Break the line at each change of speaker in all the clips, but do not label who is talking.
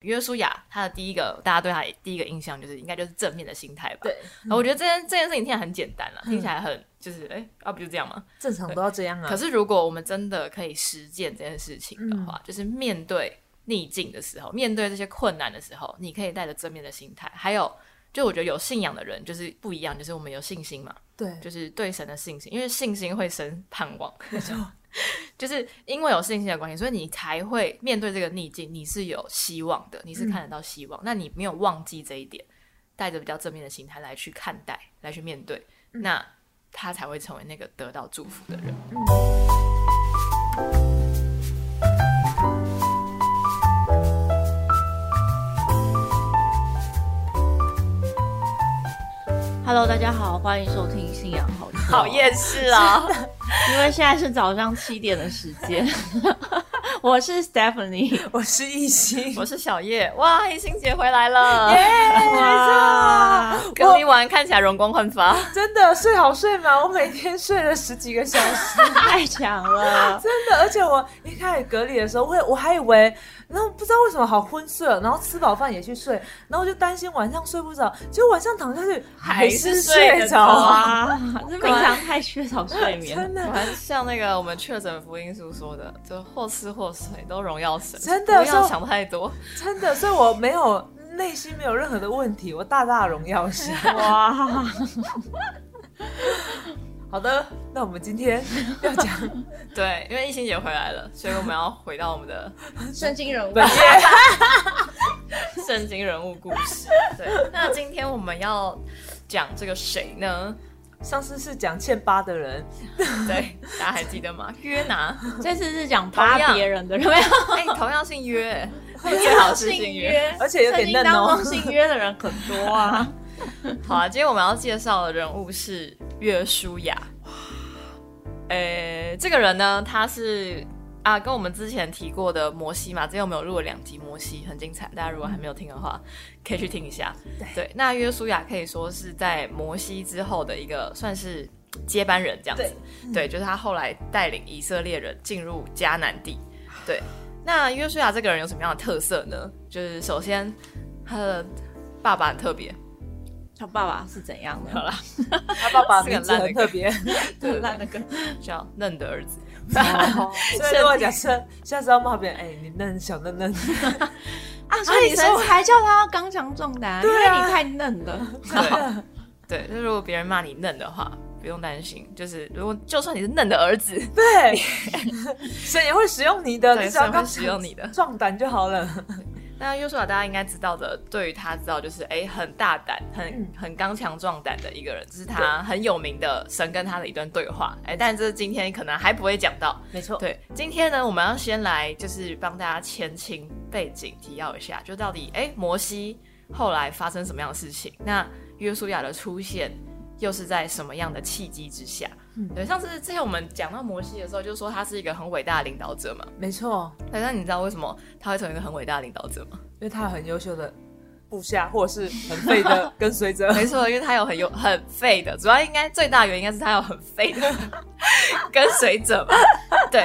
约书亚他的第一个大家对他第一个印象就是应该就是正面的心态吧。
对，
然后我觉得这件这件事情听起来很简单了，听起来很就是哎，要、不就这样嘛。
正常都要这样啊。
可是如果我们真的可以实践这件事情的话，就是面对逆境的时候，面对这些困难的时候，你可以带着正面的心态，还有。就我觉得有信仰的人就是不一样，就是我们有信心嘛，
对，
就是对神的信心，因为信心会生盼望， 就是因为有信心的关系，所以你才会面对这个逆境，你是有希望的，你是看得到希望。那你没有忘记这一点，带着比较正面的心态来去看待，来去面对，那他才会成为那个得到祝福的人。
Hello，大家好，欢迎收听信仰好车
好厌世 啊！
因为现在是早上七点的时间。 我是 Stephanie，
我是艺兴，
我是小叶，哇，一心姐回来了，
哇，
跟你玩看起来容光焕发。
真的睡好睡满，我每天睡了十几个小 时，
太强 了！
真的。而且我一开始隔离的时候，我也我还以为，然后不知道为什么好昏睡了，然后吃饱饭也去睡，然后我就担心晚上睡不着，结果晚上躺下去
还
是
是睡
睡
得
着
着
啊。
哇，这平常太缺少睡眠了
真。
果
的，
然像那个我们确诊福音书说的，就或吃或睡都荣耀神，
真的
不要
说
想太多。
真的，所以我没有内心没有任何的问题，我大大荣耀神。
哇，
好的，那我们今天要讲
对，因为艺兴姐回来了，所以我们要回到我们的
圣经人物
本页，
圣经人物故事。对，那今天我们要讲这个谁呢？
上次是讲欠八 的人，
对，大家还记得吗？约拿，
这次是讲扒
同样
别 人的，有没有？
哎、同样姓约，最好是姓约。，
而且有点
圣经
嫩哦
当中姓约的人很多 啊。
好啊，今天我们要介绍的人物是约书亚。诶，这个人呢，他是啊，跟我们之前提过的摩西嘛，之前我们有录了两集摩西，很精彩。大家如果还没有听的话，可以去听一下。
对
那约书亚可以说是在摩西之后的一个算是接班人这样子。对，就是他后来带领以色列人进入迦南地。对，那约书亚这个人有什么样的特色呢？就是首先他的爸爸很特别，
他爸爸是怎样的？好了，
他爸爸
是个
名字
烂的
很特别。
对对
烂的跟
叫嫩的儿子。
所以如果假设下次要骂别人，哎、你嫩小 嫩嫩，
啊，所以
你
神
说
才叫他刚强壮胆，因
对
为
啊
你太嫩了。
对， 对，就是如果别人骂你嫩的话，不用担心，就是如果就算你是嫩的儿子，
对， 神也会使用你的，
对
你只要
神会
刚
使用你的
壮胆就好了。
那约书亚大家应该知道的，对于他知道就是哎、很大胆，很
嗯
很刚强壮胆的一个人，这是他很有名的神跟他的一段对话。哎、但这今天可能还不会讲到。
没错，
对，今天呢，我们要先来就是帮大家前情背景提要一下，就到底哎、摩西后来发生什么样的事情？那约书亚的出现又是在什么样的契机之下？
嗯
对，上次之前我们讲到摩西的时候，就说他是一个很伟大的领导者嘛。
没错，
对，那你知道为什么他会成为一个很伟大的领导者吗？
因为他有很优秀的部下，或者是很 废的跟随者。
没错，因为他有很有很废的，主要应该最大原因应该是他有很废的 跟随者吧。对，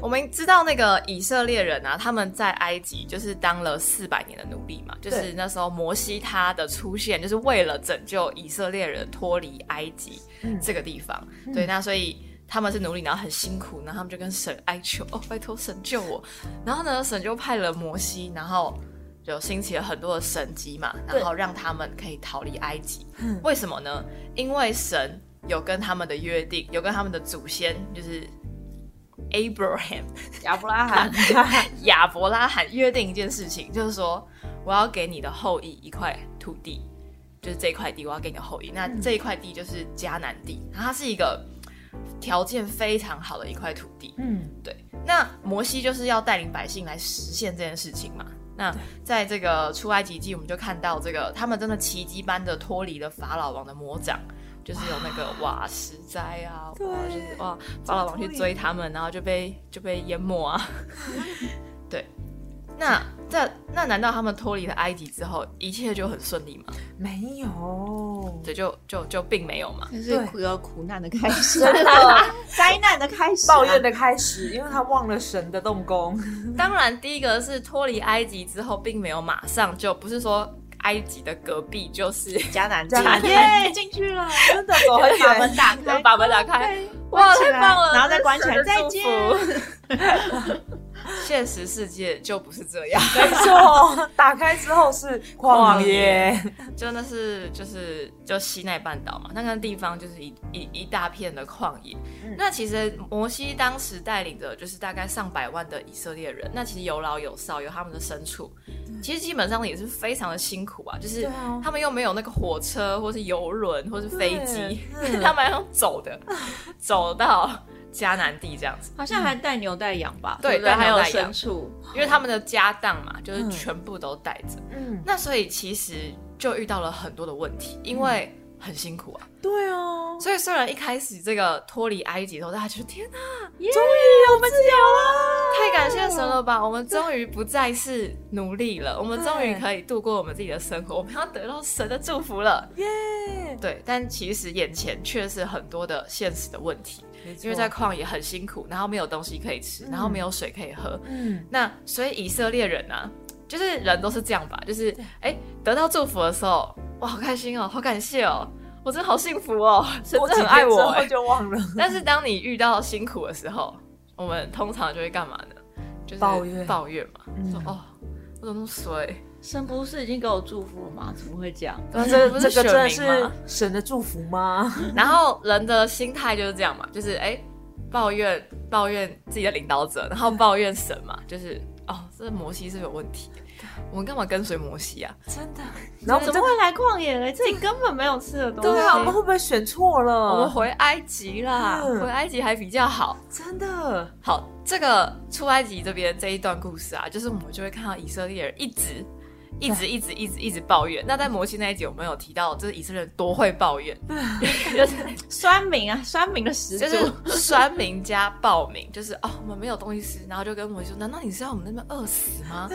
我们知道那个以色列人啊，他们在埃及就是当了四百年的奴隶嘛，就是
对
那时候摩西他的出现，就是为了拯救以色列人脱离埃及
嗯
这个地方。对，那所以。他们是奴隶，然后很辛苦，然后他们就跟神哀求：“哦，拜托神救我！”然后呢，神就派了摩西，然后就兴起了很多的神迹嘛，
对
然后让他们可以逃离埃及
嗯。
为什么呢？因为神有跟他们的约定，有跟他们的祖先，就是 Abraham
亚伯拉罕，
亚伯拉罕约定一件事情，就是说我要给你的后裔一块土地，就是这块地我要给你的后裔。
嗯
那这一块地就是迦南地，然后它是一个条件非常好的一块土地。
嗯，
对，那摩西就是要带领百姓来实现这件事情嘛。那在这个出埃及记，我们就看到这个他们真的奇迹般的脱离了法老王的魔掌，就是有那个哇石灾啊，
对
哇就是哇法老王去追他们，然后就被就被淹没啊。对，那那那难道他们脱离了埃及之后，一切就很顺利吗？
没有，
对，就就就并没有嘛。
这
对
是苦有苦难的开 始，
真的
灾难的开始啊，
抱怨的开始，因为他忘了神的 动工。
当然，第一个是脱离埃及之后，并没有马上就不是说埃及的隔壁就是，
迦南地
迦南，地
耶，进去了，
真的走很
把门
远，
打开
把门打开，
对
哇，
关起
太
来
棒了，
然后再关起来，
真是
再
神的祝
见。
福。 现实世界就不是这样，
没错，打开之后是旷野，
真的是就是就西奈半岛嘛，那个地方就是一一一大片的旷野。
嗯
那其实摩西当时带领着就是大概上百万的以色列人，那其实有老有少，有他们的牲畜，其实基本上也是非常的辛苦啊，就是
对啊
他们又没有那个火车或是游轮或是飞机，
对 嗯
他们要走的，走到迦南地这样子，
好像还带牛带羊吧，
对
对不对，
带
还
牛
有
带羊
牲畜，
因为他们的家当嘛，就是
嗯
全部都带着。
嗯，
那所以其实就遇到了很多的问题，因为
嗯
很辛苦啊。
对啊，
所以虽然一开始这个脱离埃及的时候，大家觉得天哪，
我们自由
太感谢神了吧！
哦
我们终于不再是奴隶了，我们终于可以度过我们自己的生活，我们要得到神的祝福了。
了，耶！
对，但其实眼前却是很多的现实的问题，因
因
为
为
在
在
旷野很辛苦，然后没有东西可以吃，
嗯
然后没有水可以喝，
嗯，
那所以以色列人啊，就是人都是这样吧，就是哎、得到祝福的时候，哇，好开心哦，好感谢哦，我真的好幸福哦，神
过
真的
几
很爱
天之
我
后
哎。
就忘了，
但是当你遇到辛苦的时候，我们通常就会干嘛呢？就是
抱怨
抱怨嘛，
嗯
说哦，我怎么那么衰？
神不是已经给我祝福了吗？怎么会这样？
对啊
这
不
这个
选
真的
民吗
是神的祝福吗？
然后人的心态就是这样嘛，就是哎、抱怨抱怨自己的领导者，然后抱怨神嘛，就是哦，这摩西是有问题，我们干嘛跟随摩西啊？
真的，然后我们
怎
就
么会来旷野嘞？这里根本没有吃的东西。
对啊，我们会不会选错
我们
了？
回埃及啦，
嗯
回埃及还比较好。
真的，
好，这个出埃及这边这一段故事啊，就是我们就会看到以色列人一直。一直一直一直一直抱怨。那在摩西那一集，我们有提到，就是以色列人多会抱怨，就是
酸民啊，酸民的始祖。
就是酸民加暴民， 就是哦，我们没有东西吃，然后就跟摩西说：“难道你是要我们那边饿死吗？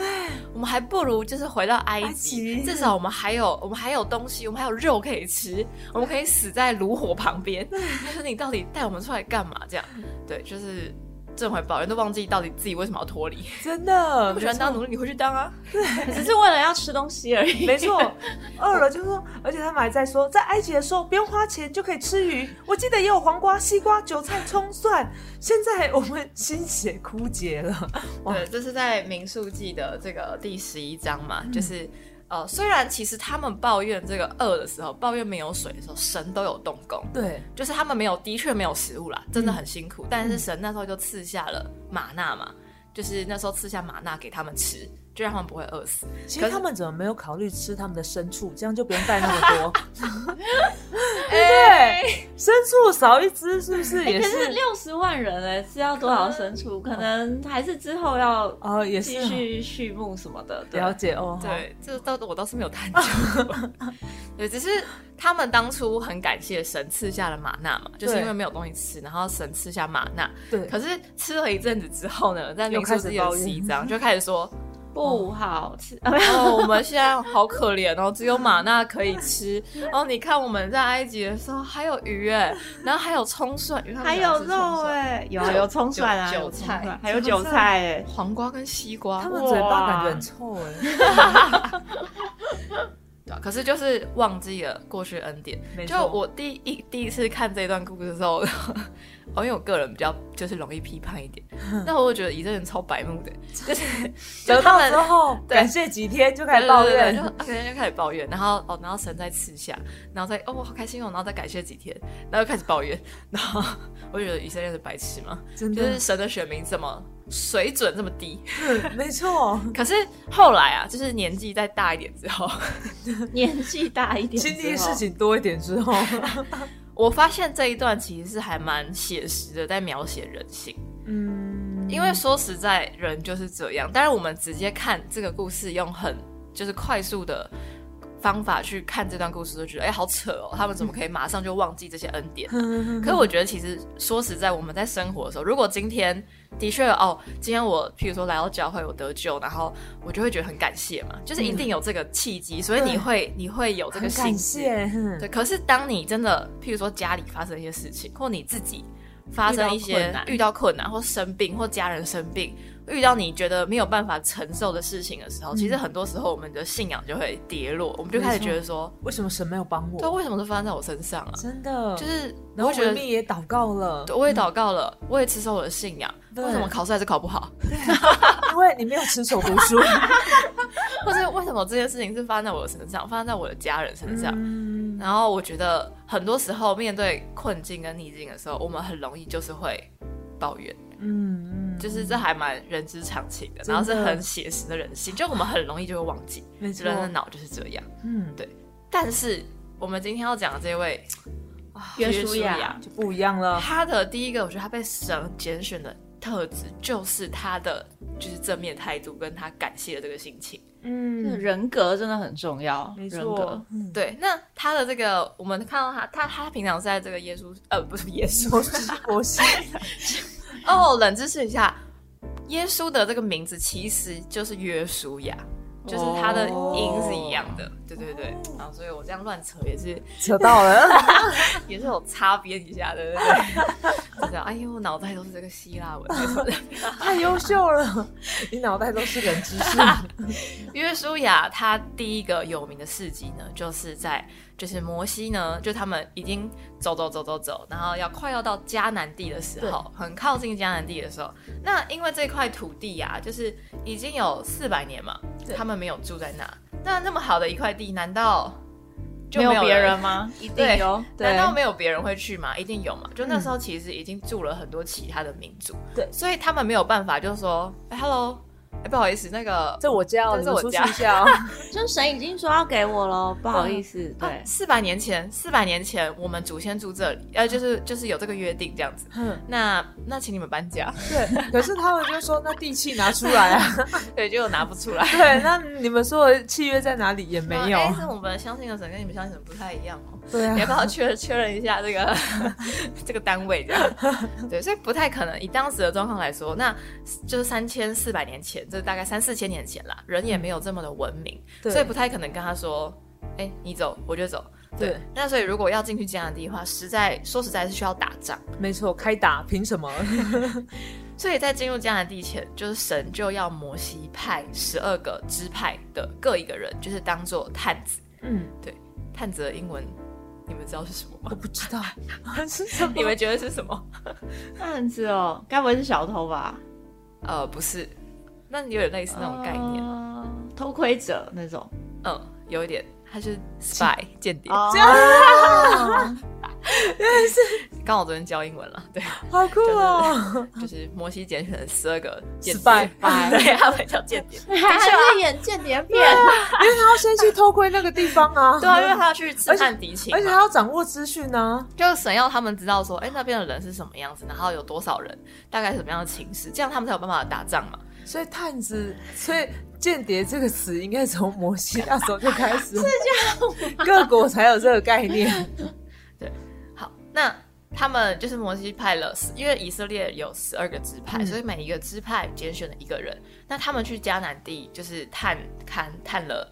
我们还不如就是回到埃及，
埃及
至少我们还有我们还有东西，我们还有肉可以吃，我们可以死在炉火旁边。就是你到底带我们出来干嘛？这样对，就是这回抱人都忘记到底自己为什么要脱离。
真的，
不喜欢当奴隶，你回去当啊。
只是为了要吃东西而已。
没错，饿了就说，而且他们还在说，在埃及的时候不用花钱就可以吃鱼，我记得也有黄瓜、西瓜、韭菜、葱、蒜。现在我们心血枯竭了，哇
对，这是在《民数记》的这个第十一章嘛，
嗯
就是呃，虽然其实他们抱怨这个饿的时候，抱怨没有水的时候，神都有动工，
对，
就是他们没有，的确没有食物啦，
嗯
真的很辛苦。但是神那时候就赐下了玛纳嘛，就是那时候赐下玛纳给他们吃，就让他们不会饿死。
其
可
实
是
他们怎么没有考虑吃他们的牲畜，这样就不用带那么多，
哎、
牲畜少一只是 不是也
可
是
是？六十万人哎，是要多少牲畜？可能还是之后要
哦，也是
继续畜牧什么的。对
了解哦，
对，这倒我倒是没有探究 过。对，只是他们当初很感谢神赐下了玛纳嘛，就是
对
因为没有东西吃，然后神赐下玛纳。
对，
可是吃了一阵子之后呢，在民
又
数
开始
记的
抱怨
十一章就开始说，
不好吃。啊
哦，我们现在好可怜哦，只有玛纳可以 吃。哦，你看我们在埃及的时候还有鱼哎，然后还有葱蒜，因为他们
还
喜欢
有
吃葱蒜
肉哎，有有葱蒜啊，
韭
有葱
韭
蒜
菜
还有韭菜哎。
黄瓜跟西瓜
他，们嘴巴
哇
感觉很臭哎，
对啊可是就是忘记了过去的恩典。
没
就
错
我第一第一次看这段故事的时候， 哦，因为我个人比较就是容易批判一 点，那我就觉得以色列人超白目的，就是
得
就他
到
们
之后
对
感谢几天就开始抱
对对
怨，
对对就可能就开始抱怨，然后哦，然后神再赐下，然后再哦，我好开心哦，然后再感谢几天，然后又开始抱怨，然后我就觉得以色列是白痴吗？
真
就是
的
神的选民怎么水准这么低？
没错，
可是后来啊，就是年纪再大一点之后，
年纪大一点之
经
后，
历事情多一点之后，
哦我发现这一段其实是还蛮写实的，在描写人性。
嗯，
因 为说实在，人就是这样。但是我们直接看这个故事，用很就是快速的方法去看这段故事，都觉得哎、好扯哦，他们怎么可以马上就忘记这些恩典？
嗯
可是我觉得，其实说实在，我们在生活的时候，如果今天的确哦，今天我譬如说来到教会，我得救，然后我就会觉得很感谢嘛，就是一定有这个契机，所以你会你会有这个
很
信
感
心。
谢，嗯
对，可是当你真的，譬如说家里发生一些事情，或你自己发生一些
遇到困难
遇到困难，或生病，或家人生病，遇到你觉得没有办法承受的事情的
嗯
时候，其实很多时候我们的信仰就会跌落，我们就开始觉得说，
为什么神没有帮
对，
我？
为什么都发生在我身上啊？
真的，
就是
然
我
后
会觉
文
得
蜜也祷告了
对，我也祷告了，我也持守我的信仰，
对
为什么考试还是考不好？
因为你没有持守读书。
或者为什么这件事情是发生在我的身上，发生在我的家人身上？
嗯，
然后我觉得很多时候面对困境跟逆境的时候，我们很容易就是会抱怨，
嗯，嗯
就是这还蛮人之常情的，
真的
然后是很写实的人性，就我们很容易就会忘记，
没错
人，的脑就是这样。
嗯，
对但是我们今天要讲的这位啊
约
约
书
书
亚
亚，
就不一样了。
他的第一个，我觉得他被神拣选的特质就是他的就是正面态度跟他感谢的这个心情。
就是
嗯，
人格真的很重要，
没
人格
错，嗯，
对，那他的这个，我们看到他，他他平常是在这个耶稣，呃，不是耶稣
我是我是，
哦，冷知识一下，耶稣的这个名字其实就是约书亚，就是他的音是一样的。对对对，然后所以我这样乱扯也是
扯到了，
也是有擦边一下的，对对 对，真的，哎呦，我脑袋都是这个希腊文没错的。
太优秀了，你脑袋都是冷知识。
约书亚他第一个有名的事迹呢，就是在就是摩西呢，就他们已经走走走走走，然后要快要到迦南地的时候，很靠近迦南地的时候，那因为这块土地呀、就是已经有四百年嘛，
对
他们没有住在那，那那么好的一块地，难道就
没
有
有别人？吗？一定
对
有，
难道没有别人会去吗？一定有嘛！就那
嗯
时候其实已经住了很多其他的民族，
对
所以他们没有办法，就说、哎 “hello”，哎、不好意思，那个
这我家 哦，
这
你
是
们
我
出去
家
一下哦。
就神已经说要给我了，啊不好意思，对，
啊四百年前，四百年前我们祖先住这里，呃，就是就是有这个约定这样子。
嗯，
那那请你们搬家，
对，可是他们就说那地契拿出来啊，
对，就拿不出来。
对，那你们说的契约在哪里 也没有
哎，，是我们相信的神跟你们相信的神不太一样哦。
对
你要
啊，
不要确确认一下这个 这个单位这样？ 对，所以不太可能。以当时的状况来说，那就是三千四百年前，这大概三四千年前啦，人也没有这么的文明，
嗯对
所以不太可能跟他说，哎、你走我就走。对
对，
那所以如果要进去迦南地的话，实在说实在是需要打仗。
没错，开打，凭什么？
所以在进入迦南地前，就是神就要摩西派十二个支派的各一个人，就是当做探子。
嗯，
探子的英文你们知道是什么吗
我？不知道 是什么
你们觉得是什么？
案子哦，该不会是小偷吧？
呃，不是，那有点类似那种概念。
呃偷窥者那种，
嗯，有一点，他是 spy 间谍。
哦
这 样，
刚好昨天教英文了，对，
好酷哦！
就是摩西拣选的十二个间谍
Spy
对，他们叫间谍。
还在演间谍 片，
因为他要先去偷窥那个地方 啊，
对啊，因为他要去刺
而且
探敌 情嘛，
而且他要掌握资讯啊呢。
就是神要他们知道说，哎、那边的人是什么样子，然后有多少人，大概什么样的情势，这样他们才有办法打仗嘛。
所以探子，
嗯
所以间谍这个词应该从摩西那时候就开 始，是这样，各国才有这个概念。
好，那他们就是摩西派了十，因为以色列有十二个支派，
嗯
所以每一个支派拣选了一个人。那他们去迦南地就是探勘探了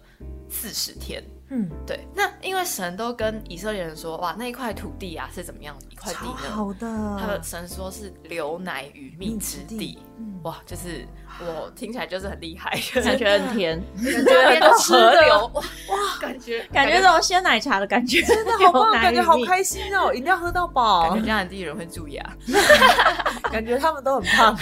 四十天。
嗯，
对，那因为神都跟以色列人说，哇，那一块土地啊是怎么样的一块地
超
呢？
好啊
他
的
的，神说是流奶与蜜之
蜜之
地
地。嗯
哇，就是我听起来就是很厉害，
感觉很 甜，
感觉那边吃
河
流
流
哇哇，感觉
感觉这种鲜奶茶的感觉，真的
好棒，感觉好
啊
开 心哦！饮料喝到饱
感觉，迦南地人会啊蛀牙。
感觉他们都很 胖。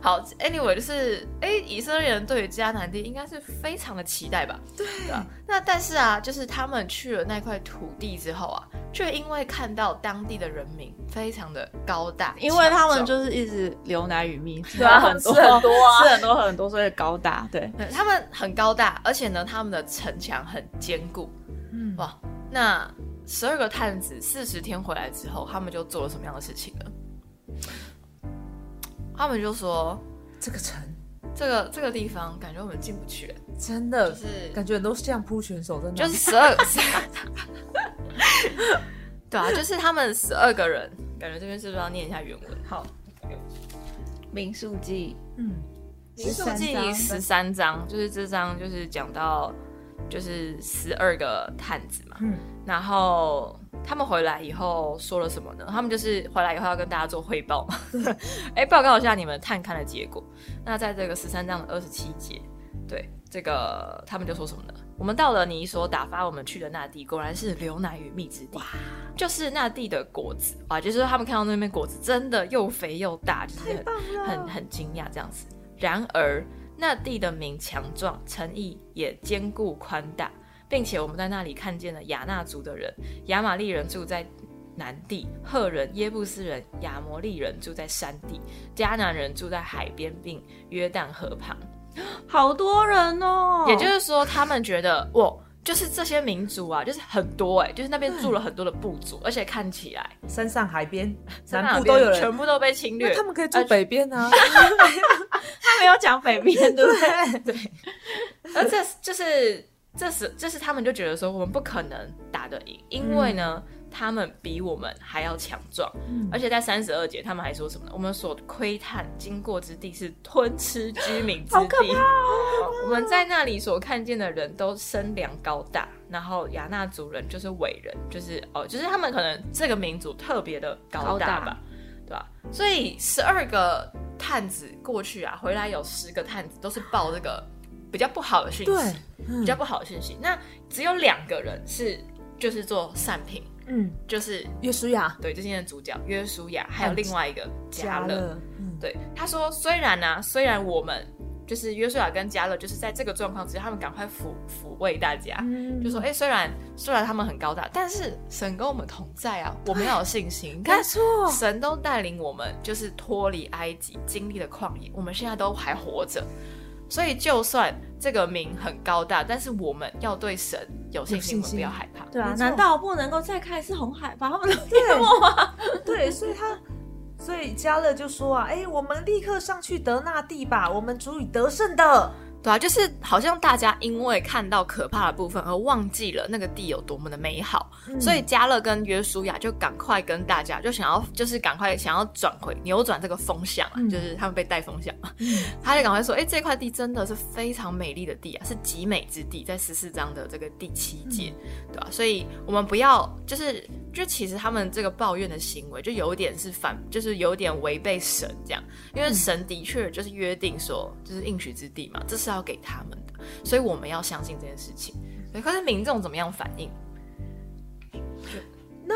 好，anyway，就是哎，以色列人对于迦南地应该是非常的期待吧？对啊。那但是啊，就是他们去了那块土地之后啊，却因为看到当地的人民非常的高大，
因为他们
强壮
就是一直流奶与蜜，吃
对啊
很多
吃很多啊
吃很多很多，所以高大，对，
对他们很高大，而且呢，他们的城墙很坚固。
嗯，
哇，那十二个探子四十天回来之后，他们就做了什么样的事情呢？他们就说，
这个城
这个这个地方感觉我们进不去、
真的
就是
感觉很多相扑选手真的
就是十二， 对啊，就是他们十二个人，感觉这边是不是要念一下原文？
好，
民数记
嗯，
民数
13
记
章
十三章，就是这章就是讲到就是十二个探子嘛，
嗯
然后他们回来以后说了什么呢？他们就是回来以后要跟大家做汇报嘛， 哎、报告一下你们探勘的结果。那在这个十三章的二十七节，对这个他们就说什么呢？我们到了你所打发我们去的那地，果然是牛奶与蜜之地，就是那地的果子哇！就是说他们看到那边果子真的又肥又大，就是很很很惊讶这样子。然而那地的名强壮，城邑也坚固宽大，并且我们在那里看见了亚纳族的人，亚玛利人住在南地，赫人、耶布斯人、亚摩利人住在山地，迦南人住在海边，并约旦河旁。
好多人哦，
也就是说，他们觉得哇，就是这些民族啊，就是很多哎、就是那边住了很多的部族，而且看起来
山上海边
那
南部
边
都有人，
全部都被侵略
那。他们可以住北 边啊，
他没有讲北面， 对不对？
对，
而这就是这是这是他们就觉得说我们不可能打得赢，因为呢，他们比我们还要强壮，
嗯
而且在三十二节他们还说什么呢？我们所窥探经过之地是吞吃居民之
好可哦
地，我们在那里所看见的人都身量高大，然后亚纳族人就是伟人，就是哦，就是他们可能这个民族特别的高
高
大
大
吧，对吧？所以十二个探子过去啊，回来有十个探子都是报这个比较不好的讯息，
对，嗯
比较不好的讯息。那只有两个人是就是做善品，
嗯，
就是
约书亚
对，就今天的主角约书亚，还有另外一个加勒。
勒，嗯，
对，他说虽然呢、虽然我们就是约书亚跟加勒，就是在这个状况之下，他们赶快抚抚慰大家，
嗯
就说哎、虽然虽然他们很高大，但是神跟我们同在啊，我们要有信心。你看
没，错，
神都带领我们，就是脱离埃及，经历了旷野，我们现在都还活着。所以，就算这个名很高大，但是我们要对神有信心，
有信心
我们不要害怕。
对
没
啊，
错
难道不能够再看一次红海把他们 都
对吗？ 对，所以他，所以加勒就说啊，哎、我们立刻上去得那地吧，我们足以得胜的。
对啊，就是好像大家因为看到可怕的部分而忘记了那个地有多么的美好，
嗯
所以加勒跟约书亚就赶快跟大家就想要就是赶快想要转回扭转这个风向啊，
嗯
就是他们被带风向嘛，他就赶快说，哎、这块地真的是非常美丽的地啊，是极美之地，在十四章的这个第七节，
嗯
对吧、所以我们不要就是就其实他们这个抱怨的行为，就有点是反，就是有点违背神这样，因
嗯
为神的确就是约定说，就是应许之地嘛，这是要给他们的，所以我们要相信这件事情。
嗯
对，可是民众怎么样反应？
哦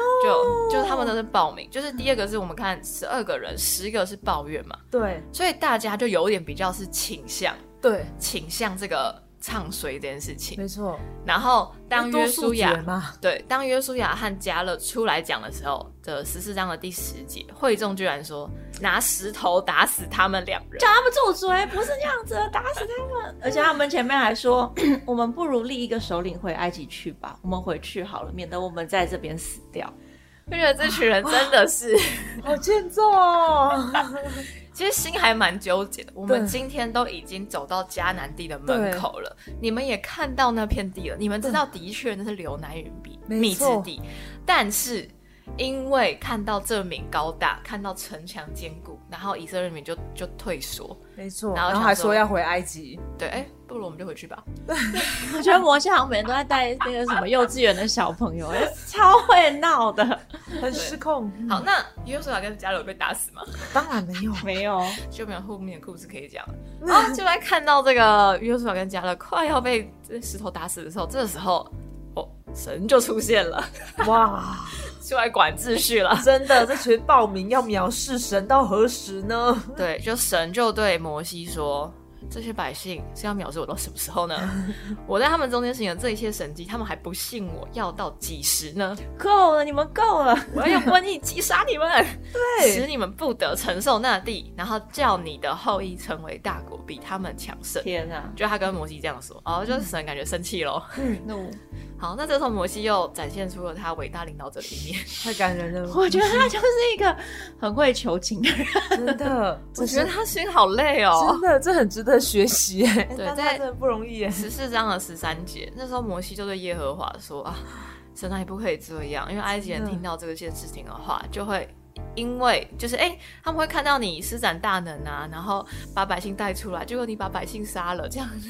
就就他们都是报名，就是第二个是我们看十二个人，十个是抱怨嘛，
对
所以大家就有点比较是倾向
对，
倾向这个唱衰这件事情。
没错，
然后当
多
约
数
书
决
亚
嘛，
对当约书亚和加勒出来讲的时候的十四章的第十节，会众居然说拿石头打死他们两人。
他们住嘴，不是那样子的，打死他们！ 而且他们前面还说， 我们不如立一个首领回埃及去吧，我们回去好了，免得我们在这边死掉。
就觉得这群人真的是，
好欠揍哦。
其实心还蛮纠结的。我们
对
今天都已经走到迦南地的门口了，你们也看到那片地了，你们知道的确那是流奶与蜜蜜
没
之
错
地，但是因为看到这名高大，看到城墙坚固，然后以色列民就就退缩，
没错，
然后
然后
想
还
说
说要回埃及，
对，哎，不如我们就回去吧。
我觉得摩西好像每天都在带那个什么幼稚园的小朋 友，超会闹的。
很失控。嗯
好，那约书亚跟加勒有被打死吗？
当然没有，
没有，
就没有后面的故事可以讲 了。然后就在看到这个约书亚跟加勒快要被这石头打死的时候，这个时候，哦，神就出现了，
哇，
出来管秩序了。
真的，这群暴民要藐视神到何时呢？
对，就神就对摩西说：“这些百姓是要藐视我到什么时 候呢？我在他们中间行了这一些神迹，他们还不信我，要到几时呢？
够了，你们够了。
我 要用瘟疫击杀你们，
对
使你们不得承受那地，然后叫你的后裔成为大国，比他们强盛。”
天啊，
就他跟摩西这样说，哦，就是神感觉生气咯。
怒！
好，那这时候摩西又展现出了他伟大领导者的一面。
太感人了，
我觉得他就是一个很会求情的人。
真的，
我
我
觉得他心好累哦
真。的这很值得的学习耶，
对
但他
在
哎真的不容易耶。
十四章的十三节，那时候摩西就对耶和华说啊，神啊，你不可以这样，因为埃及人
真的
听到这些事情的话，就会。因为就是哎、他们会看到你施展大能啊，然后把百姓带出来，结果你把百姓杀了，这样子，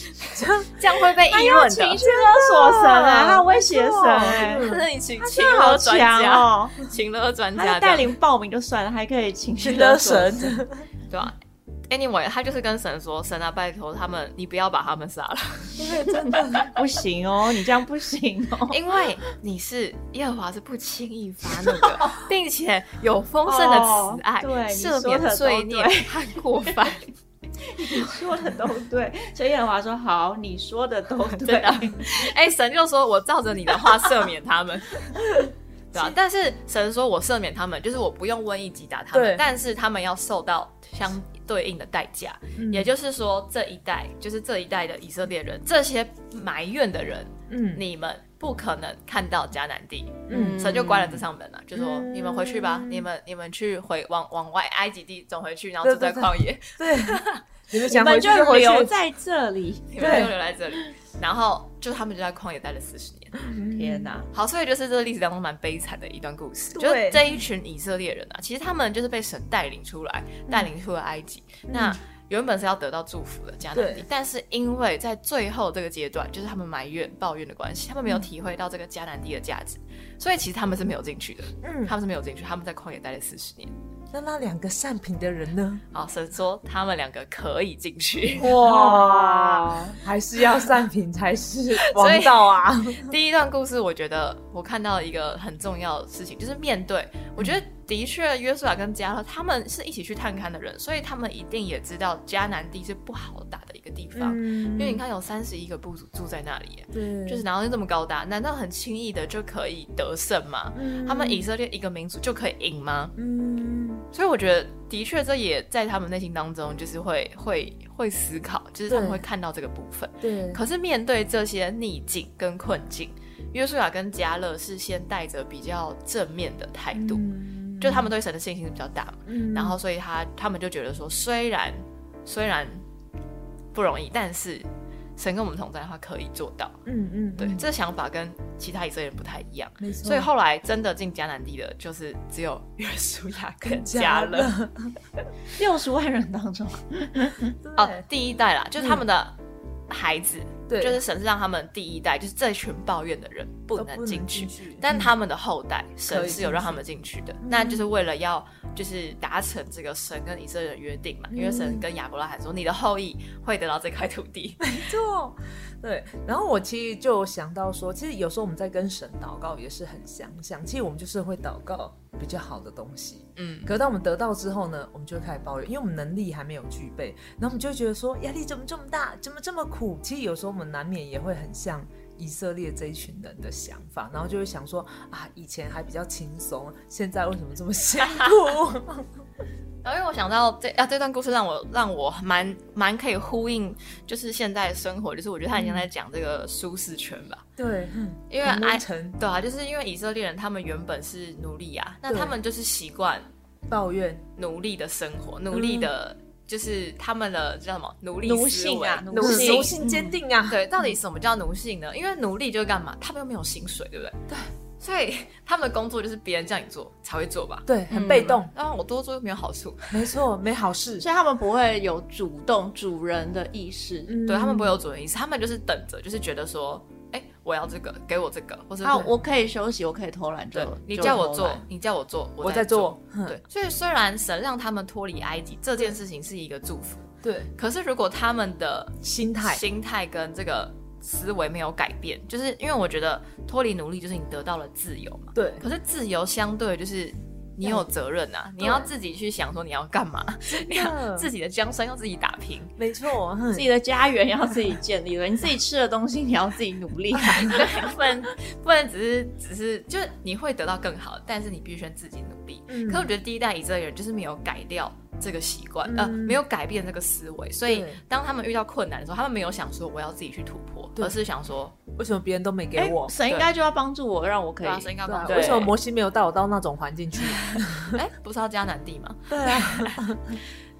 这样会被 议论的。
绪勒索神啊，
真的
他威胁神
没
哎、
错
他是你请
他
请
真的好
了专
强
家，
哦！
请了专
他
家
在带
这样
领报名就算了，还可以情绪
是的
勒索
神，
对吧、a n y w a y 他就是跟神说，神啊，拜托他们，你不要把他们杀了。
对，真的，
不行哦，你这样不行哦。
因为你是耶和华是不轻易发怒 的，并且有丰盛的慈爱，
哦对
赦免罪孽
你
和过犯。
你说的都对，所以耶和华说好，你说的啊都 对
真。的哎、神就说我照着你的话赦免他 们，对吧、但是神说我赦免他们，就是我不用瘟疫击打他们
对，
但是他们要受到相对应的代价。
嗯
也就是说，这一代就是这一代的以色列人，这些埋怨的人，
嗯
你们不可能看到迦南地。
嗯
神就关了这扇门了，啊就说
嗯
你们回去吧，你们你们去回往往外埃及地走回去，然后住在
对对对
旷野，
对，你们
你
想
们
回去就回去，
留在这里。
你们就留在这里。然后就他们就在旷野待了四十年。
天哪！
好，所以就是这个历史当中蛮悲惨的一段故事，
对
就是这一群以色列人啊，其实他们就是被神带领出来，
嗯
带领出了埃及。那原本是要得到祝福的迦南地
对，
但是因为在最后这个阶段，就是他们埋怨、抱怨的关系，他们没有
嗯
体会到这个迦南地的价值，所以其实他们是没有进去的，
嗯，
他们是没有进去，他们在旷野待了四十年。
那那两个善品的人呢？
好，神说他们两个可以进 去。
哇，还是要善品才是
所
王
以
道啊！
第一段故事，我觉得我看到一个很重要的事情，就是面对。我觉得的确，约书亚跟加勒他们是一起去探勘的人，所以他们一定也知道迦南地是不好打的一个地方。
嗯
因为你看，有三十一个部族住在那里耶，
对，
就是然后又这么高大，难道很轻易的就可以得胜吗？
嗯
他们以色列一个民族就可以赢吗？
嗯，
所以我觉得，的确，这也在他们内心当中，就是会会会思考，就是他们
对
会看到这个部分。
对，
可是面对这些逆境跟困境，约书亚跟加勒是先带着比较正面的态度，
嗯
就他们对神的信心是比较大嘛。
嗯
然后，所以他他们就觉得说，虽然虽然不容易，但是神跟我们同在的话，可以做到。
嗯嗯，
对，
嗯
这想法跟其他以色列人不太一样。
没错，
所以后来真的进迦南地的，就是只有约书亚跟加勒。
六十万人当中，
哦
对，
第一代啦，就是他们的孩子，
对
就是神是让他们第一代，就是这群抱怨的人不
都
能进去，
去
但他们的后代，神
可以
是有让他们进去的，那就是为了要就是达成这个神跟以色列的约定嘛，因为神跟亚伯拉罕说，你的后裔会得到这块土 地，
错， 对。然后我其实就想到说，其实有时候我们在跟神祷告也是很相像，其实我们就是会祷告比较好的东西。
嗯，
可是当我们得到之后呢，我们就会开始抱怨，因为我们能力还没有具备，然后我们就会觉得说压力怎么这么大，怎么这么苦。其实有时候我们难免也会很像以色列这一群人的想法，然后就会想说啊，以前还比较轻松，现在为什么这么辛苦？
然后因为我想到这啊这段故事让我让我蛮蛮可以呼应，就是现在的生活，就是我觉得他已经在讲这个舒适圈吧，
对，嗯
因为
很
埃
蒙尘
对啊，就是因为以色列人他们原本是奴隶啊，那
对
他们就是习惯
抱怨，
奴隶的生活，奴隶的，就是他们的叫什么奴隶
嗯奴
思
性
维
啊奴
奴嗯
性
嗯奴性坚定啊，
对，到底什么叫奴性呢？因为奴隶就是干嘛？他们又没有薪水，对不对？对，所以他们的工作就是别人叫你做才会做吧。
对，很被动，
当然我多做又没有好处，
没错，没好事。
所以他们不会有主动主人的意识。
嗯
对他们不会有主人意识，他们就是等着，就是觉得说，哎、我要这个，给我这个，或者
啊，我可以休息，我可以偷懒，就
对你叫我
就偷
做
懒，
你叫我做，
我
在
在做。，
对，所以虽然神让他们脱离埃及这件事情是一个祝福，
对，
可是如果他们的
嗯心态，
心态跟这个思维没有改变，就是因为我觉得脱离奴隶就是你得到了自由嘛，
对，
可是自由相对就是你有责任啊，你要自己去想说你要干嘛， 你要自己的江山要自己打拼，
没错，
自己的家园要自己建立了，你自己吃的东西你要自己努力。
对， 不能不能只是只是就是你会得到更好，但是你必须自己努力。
嗯
可我觉得第一代以色列人就是没有改掉这个习惯，呃，
嗯
没有改变这个思维，所以
对
当他们遇到困难的时候，他们没有想说我要自己去突破，
对
而是想说，
为什么别人都没给
哎
我？
神应该就要帮助我，让我可
对
以
啊，神应该
对啊
帮助
对
我
为什么摩西没有带我到那种环境去？
哎、不是要迦南地吗？
对啊，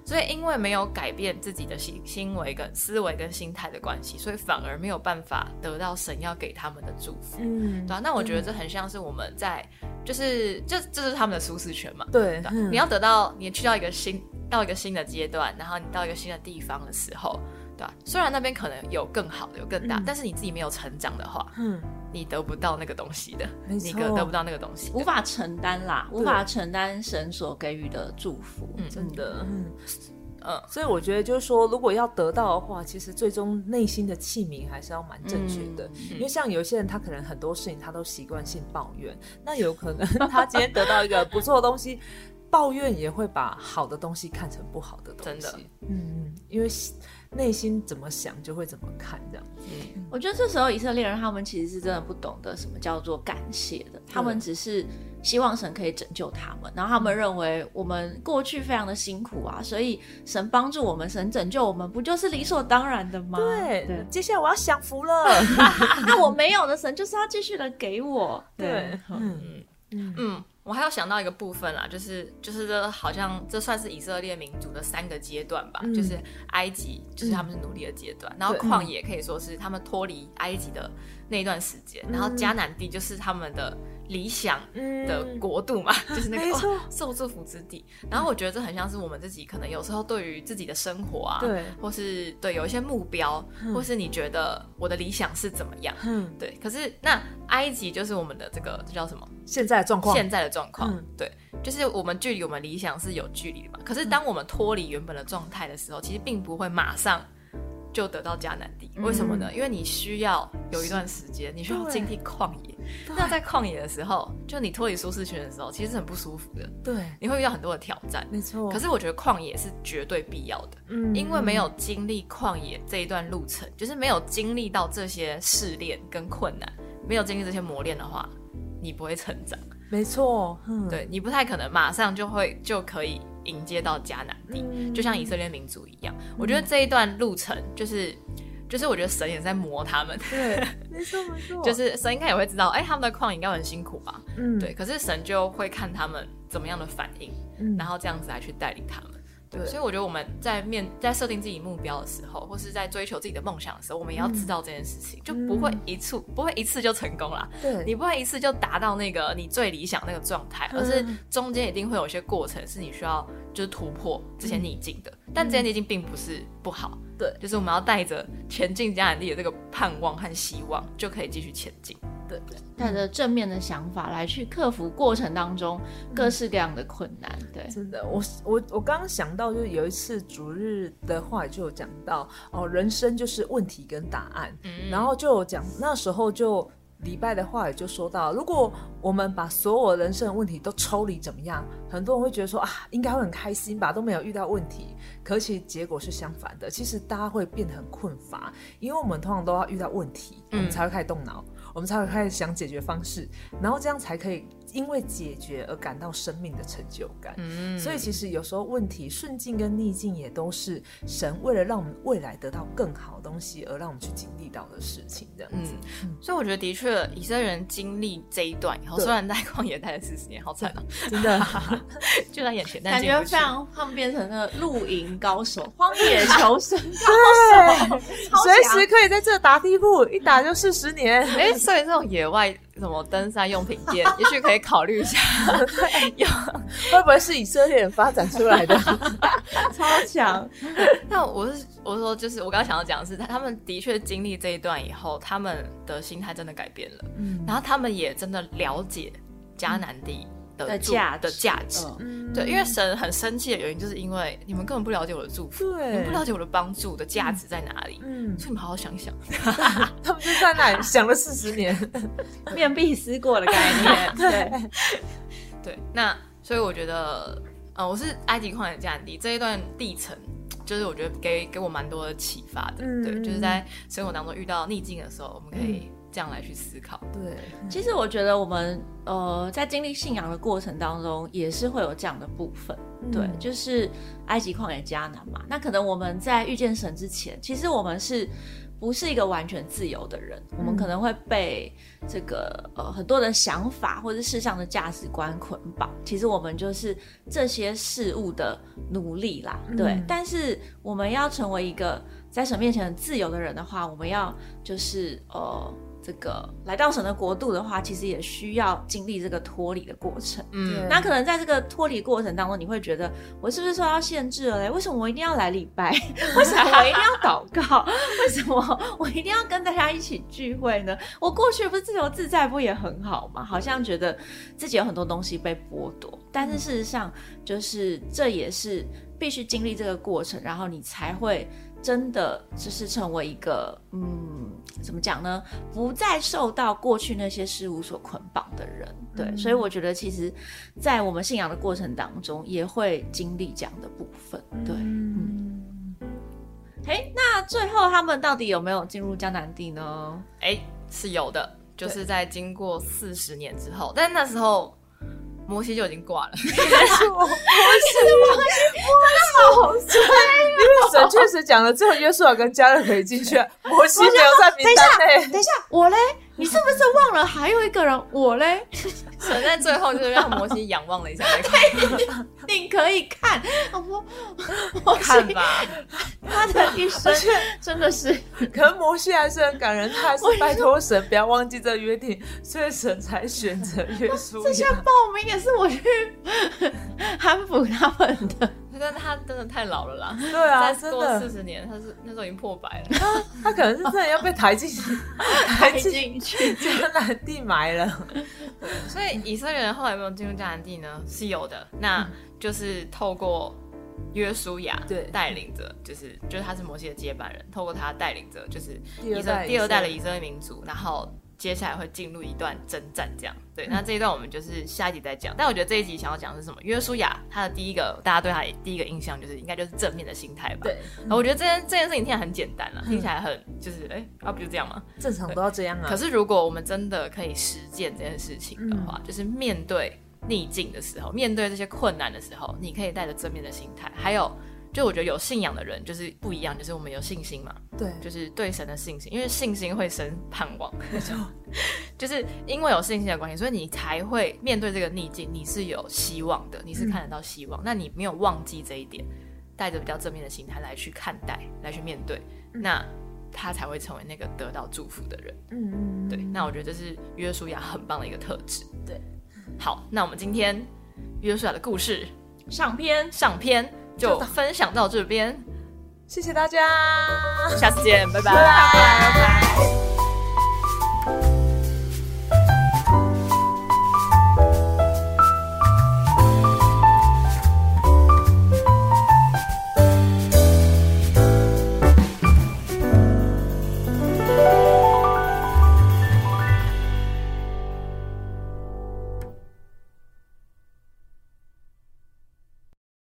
所以因为没有改变自己的行行为跟思维跟心态的关系，所以反而没有办法得到神要给他们的祝福。
嗯
对啊，那我觉得这很像是我们在，就是这这就是他们的舒适圈嘛。
对
对啊，
嗯
你要得到你去到一个新到一个新的阶段，然后你到一个新的地方的时候，对吧、虽然那边可能有更好的，有更大，
嗯
但是你自己没有成长的话，
嗯，
你得不到那个东西的，
没
你得
错
得不到那个东西的，
无法承担啦，无法承担神所给予的祝福。
嗯
真的，嗯
嗯
所以我觉得就是说，如果要得到的话，其实最终内心的器皿还是要
嗯
蛮正确的。因为像有些人，他可能很多事情他都习惯性抱怨，那有可能他今天得到一个不错的东西，抱怨也会把好的东西看成不好的东
真
西。
的，
嗯，因为内心怎么想就会怎么看，这样。
嗯
我觉得这时候以色列人他们其实是真的不懂得什么叫做感谢的，他们只是希望神可以拯救他们，然后他们认为我们过去非常的辛苦啊，所以神帮助我们，神拯救我们，不就是理所当然的吗？
对，
对，
接下来我要享福了。
那我没有的神就是要继续的给我。
对，嗯
嗯
嗯
嗯，我还有想到一个部分啦，就是就是这好像这算是以色列民族的三个阶段吧，
嗯
就是埃及就是他们是奴隶的阶段，然后
对
旷野可以说是他们脱离埃及的那一段时间，然后
嗯
迦南地就是他们的理想
嗯
的国度 嘛，就是那
没
个
错
哇受祝福之地。然后我觉得这很像是我们自己可能有时候对于自己的生活啊，
对，
或是对有一些目标，
嗯
或是你觉得我的理想是怎么样，
嗯，
对。可是那埃及就是我们的这个这叫什么？
现在的状况，
现在的状况，
嗯
对，就是我们距离我们理想是有距离的嘛。可是当我们脱离原本的状态的时候，其实并不会马上就得到迦南地。
嗯
为什么呢？因为你需要有一段时间，你需要
对
经历旷野。
对
那在旷野的时候，就你脱离舒适圈的时候，其实是很不舒服的，
对，
你会遇到很多的挑战。
没错。
可
是，
是我觉得旷野是绝对必要的，
哦嗯
因为没有经历旷野这一段路程，就是没有经历到这些试炼跟困难，没有经历这些磨练的话，你不会成长。
没错，嗯，
对你不太可能马上就会就可以迎接到迦南地，
嗯
就像以色列民族一样。我觉得这一段路程就是，就是我觉得神也在磨他们，
对，没错没 错，
就是神应该也会知道，哎、他们的旷野应该很辛苦吧？
嗯
对，，可是神就会看他们怎么样的反应，
嗯
然后这样子来去带领他们。对，
对
所以我觉得我们在面在设定自己目标的时候，或是在追求自己的梦想的时候，我们也
嗯
要知道这件事情，就不会一次不会一次就成功啦。
对，
你不会一次就达到那个你最理想那个状态，
嗯
而是中间一定会有一些过程是你需要就是突破这些逆境的。但这些逆境并不是不好，
对
就是我们要带着前进加南地的这个盼望和希望，就可以继续前进。
对，
带着正面的想法来去克服过程当中各式各样的困难。对，
真的，我我我刚刚想到，就是有一次主日的话就有讲到哦，人生就是问题跟答案，
嗯
然后就有讲那时候就。礼拜的话也就说到，如果我们把所有人生的问题都抽离，怎么样？很多人会觉得说啊，应该会很开心吧，都没有遇到问题。可其实结果是相反的，其实大家会变得很困乏，因为我们通常都要遇到问题，我们
嗯
才会开始动脑，我们才会开始想解决方式，然后这样才可以因为解决而感到生命的成就感。
嗯
所以其实有时候问题顺境跟逆境也都是神为了让我们未来得到更好的东西而让我们去经历到的事情，这样子。
嗯，所以我觉得的确，以色列人经历这一段以后，
对
虽然在旷野待了四十年，好惨啊，
真的，
就在眼前，但
感
进不
觉
去
非常他们变成那个露营高手、荒野求 生高手，
随时可以在这打地铺，一打就四十 年。
哎、所以这种野外什么登山用品店，也许可以考虑一下。有
会不会是以色列人发展出来的？
超强，
那我是我说，就是我刚刚想要讲的是，他们的确经历这一段以后，他们的心态真的改变了，
嗯
然后他们也真的了解迦南地的
的
祝
价值
的价值。
嗯
对，因为神很生气的原因，就是因为你们根本不了解我的祝福，
对
你们不了解我的帮助的价值在哪里，
嗯，
所以你们好好想一想。
他们就在那里想了四 十年。
面壁思过的 概念。对，
对，那所以我觉得，呃，我是埃及旷野迦南地这一段历程，就是我觉得给给我蛮多的启发的。
嗯
对，就是在生活当中遇到逆境的时候，我们可以这样来去思考。
对，
其实我觉得我们呃在经历信仰的过程当中，也是会有这样的部分。对，
嗯
就是埃及旷野迦南嘛。那可能我们在遇见神之前，其实我们是不是一个完全自由的人，
嗯
我们可能会被这个呃很多的想法或者世上的价值观捆绑。其实我们就是这些事物的奴隶啦，对。
嗯
但是我们要成为一个在神面前很自由的人的话，我们要就是呃。这个来到神的国度的话，其实也需要经历这个脱离的过程。
嗯
对
那可能在这个脱离过程当中，你会觉得我是不是受到限制了嘞？为什么我一定要来礼拜？ 为什么我一定要祷告？ 为什么我一定要跟大家一起聚会呢？我过去不是自由自在，不也很好吗？好像觉得自己有很多东西被剥夺，但是事实上，就是这也是必须经历这个过程，然后你才会真的就是成为一个嗯，怎么讲呢？不再受到过去那些事物所捆绑的人。对，
嗯
所以我觉得其实，在我们信仰的过程当中，也会经历这样的部分。对，
嗯，
哎，那最后他们到底有没有进入迦南地呢？
哎，是有的，就是在经过四十年之后，但那时候摩西就已经挂 了。
神确实讲了，只有约书亚跟加勒可以进 去，摩西没有在名单内。
等一下，我嘞，你是不是忘了还有一个人？我嘞，
神在最后就是让摩西仰望了一下，
你可以看，我
再看吧。
他的一生真的 是
可能摩西还是很感人，他还是拜托神不要忘记这约定，所以神才选择 约书
这些
亚。
报名也是我去 安抚他们的。
但他真的太老了啦，
对啊，
再
真
过四
的，
十年，他是那时候已经破百了。
他可能是真的要被抬进 抬进
进去，
迦南地埋了。
所以以色列人后来有没有进入迦南地 呢？是有的，那就是透过约书亚
嗯对
带领着，就是就是他是摩西的接班人，透过他带领着，就是
第二
以色
代
第二代的
以
以色列民族，然后接下来会进入一段征战，这样。
嗯
对，那这一段我们就是下一集再讲。但我觉得这一集想要讲的是什么？约书亚他的第一个大家对他的第一个印象就是应该就是正面的心态吧。
对，嗯
然后我觉得这件这件事情听起来很简单了，听起来很就是哎，要、不就这样嘛。
正常都要这样啊
可。是如果我们真的可以实践这件事情的
嗯
话，就是面对逆境的时候，面对这些困难的时候，你可以带着正面的心态，还有。就我觉得有信仰的人就是不一样，就是我们有信心嘛，
对，
就是对神的信心，因为信心会生盼望， 就是因为有信心的关系，所以你才会面对这个逆境，你是有希望的，你是看得到希望，那你没有忘记这一点，带着比较正面的心态来去看待，来去面对，那他才会成为那个得到祝福的人。
嗯嗯，
对，那我觉得这是约书亚很棒的一个特质。对，好，那我们今天约书亚的故事
上篇
上篇
就
就
到
分享到这边，
谢谢大家。
下次见，拜
拜
拜
拜。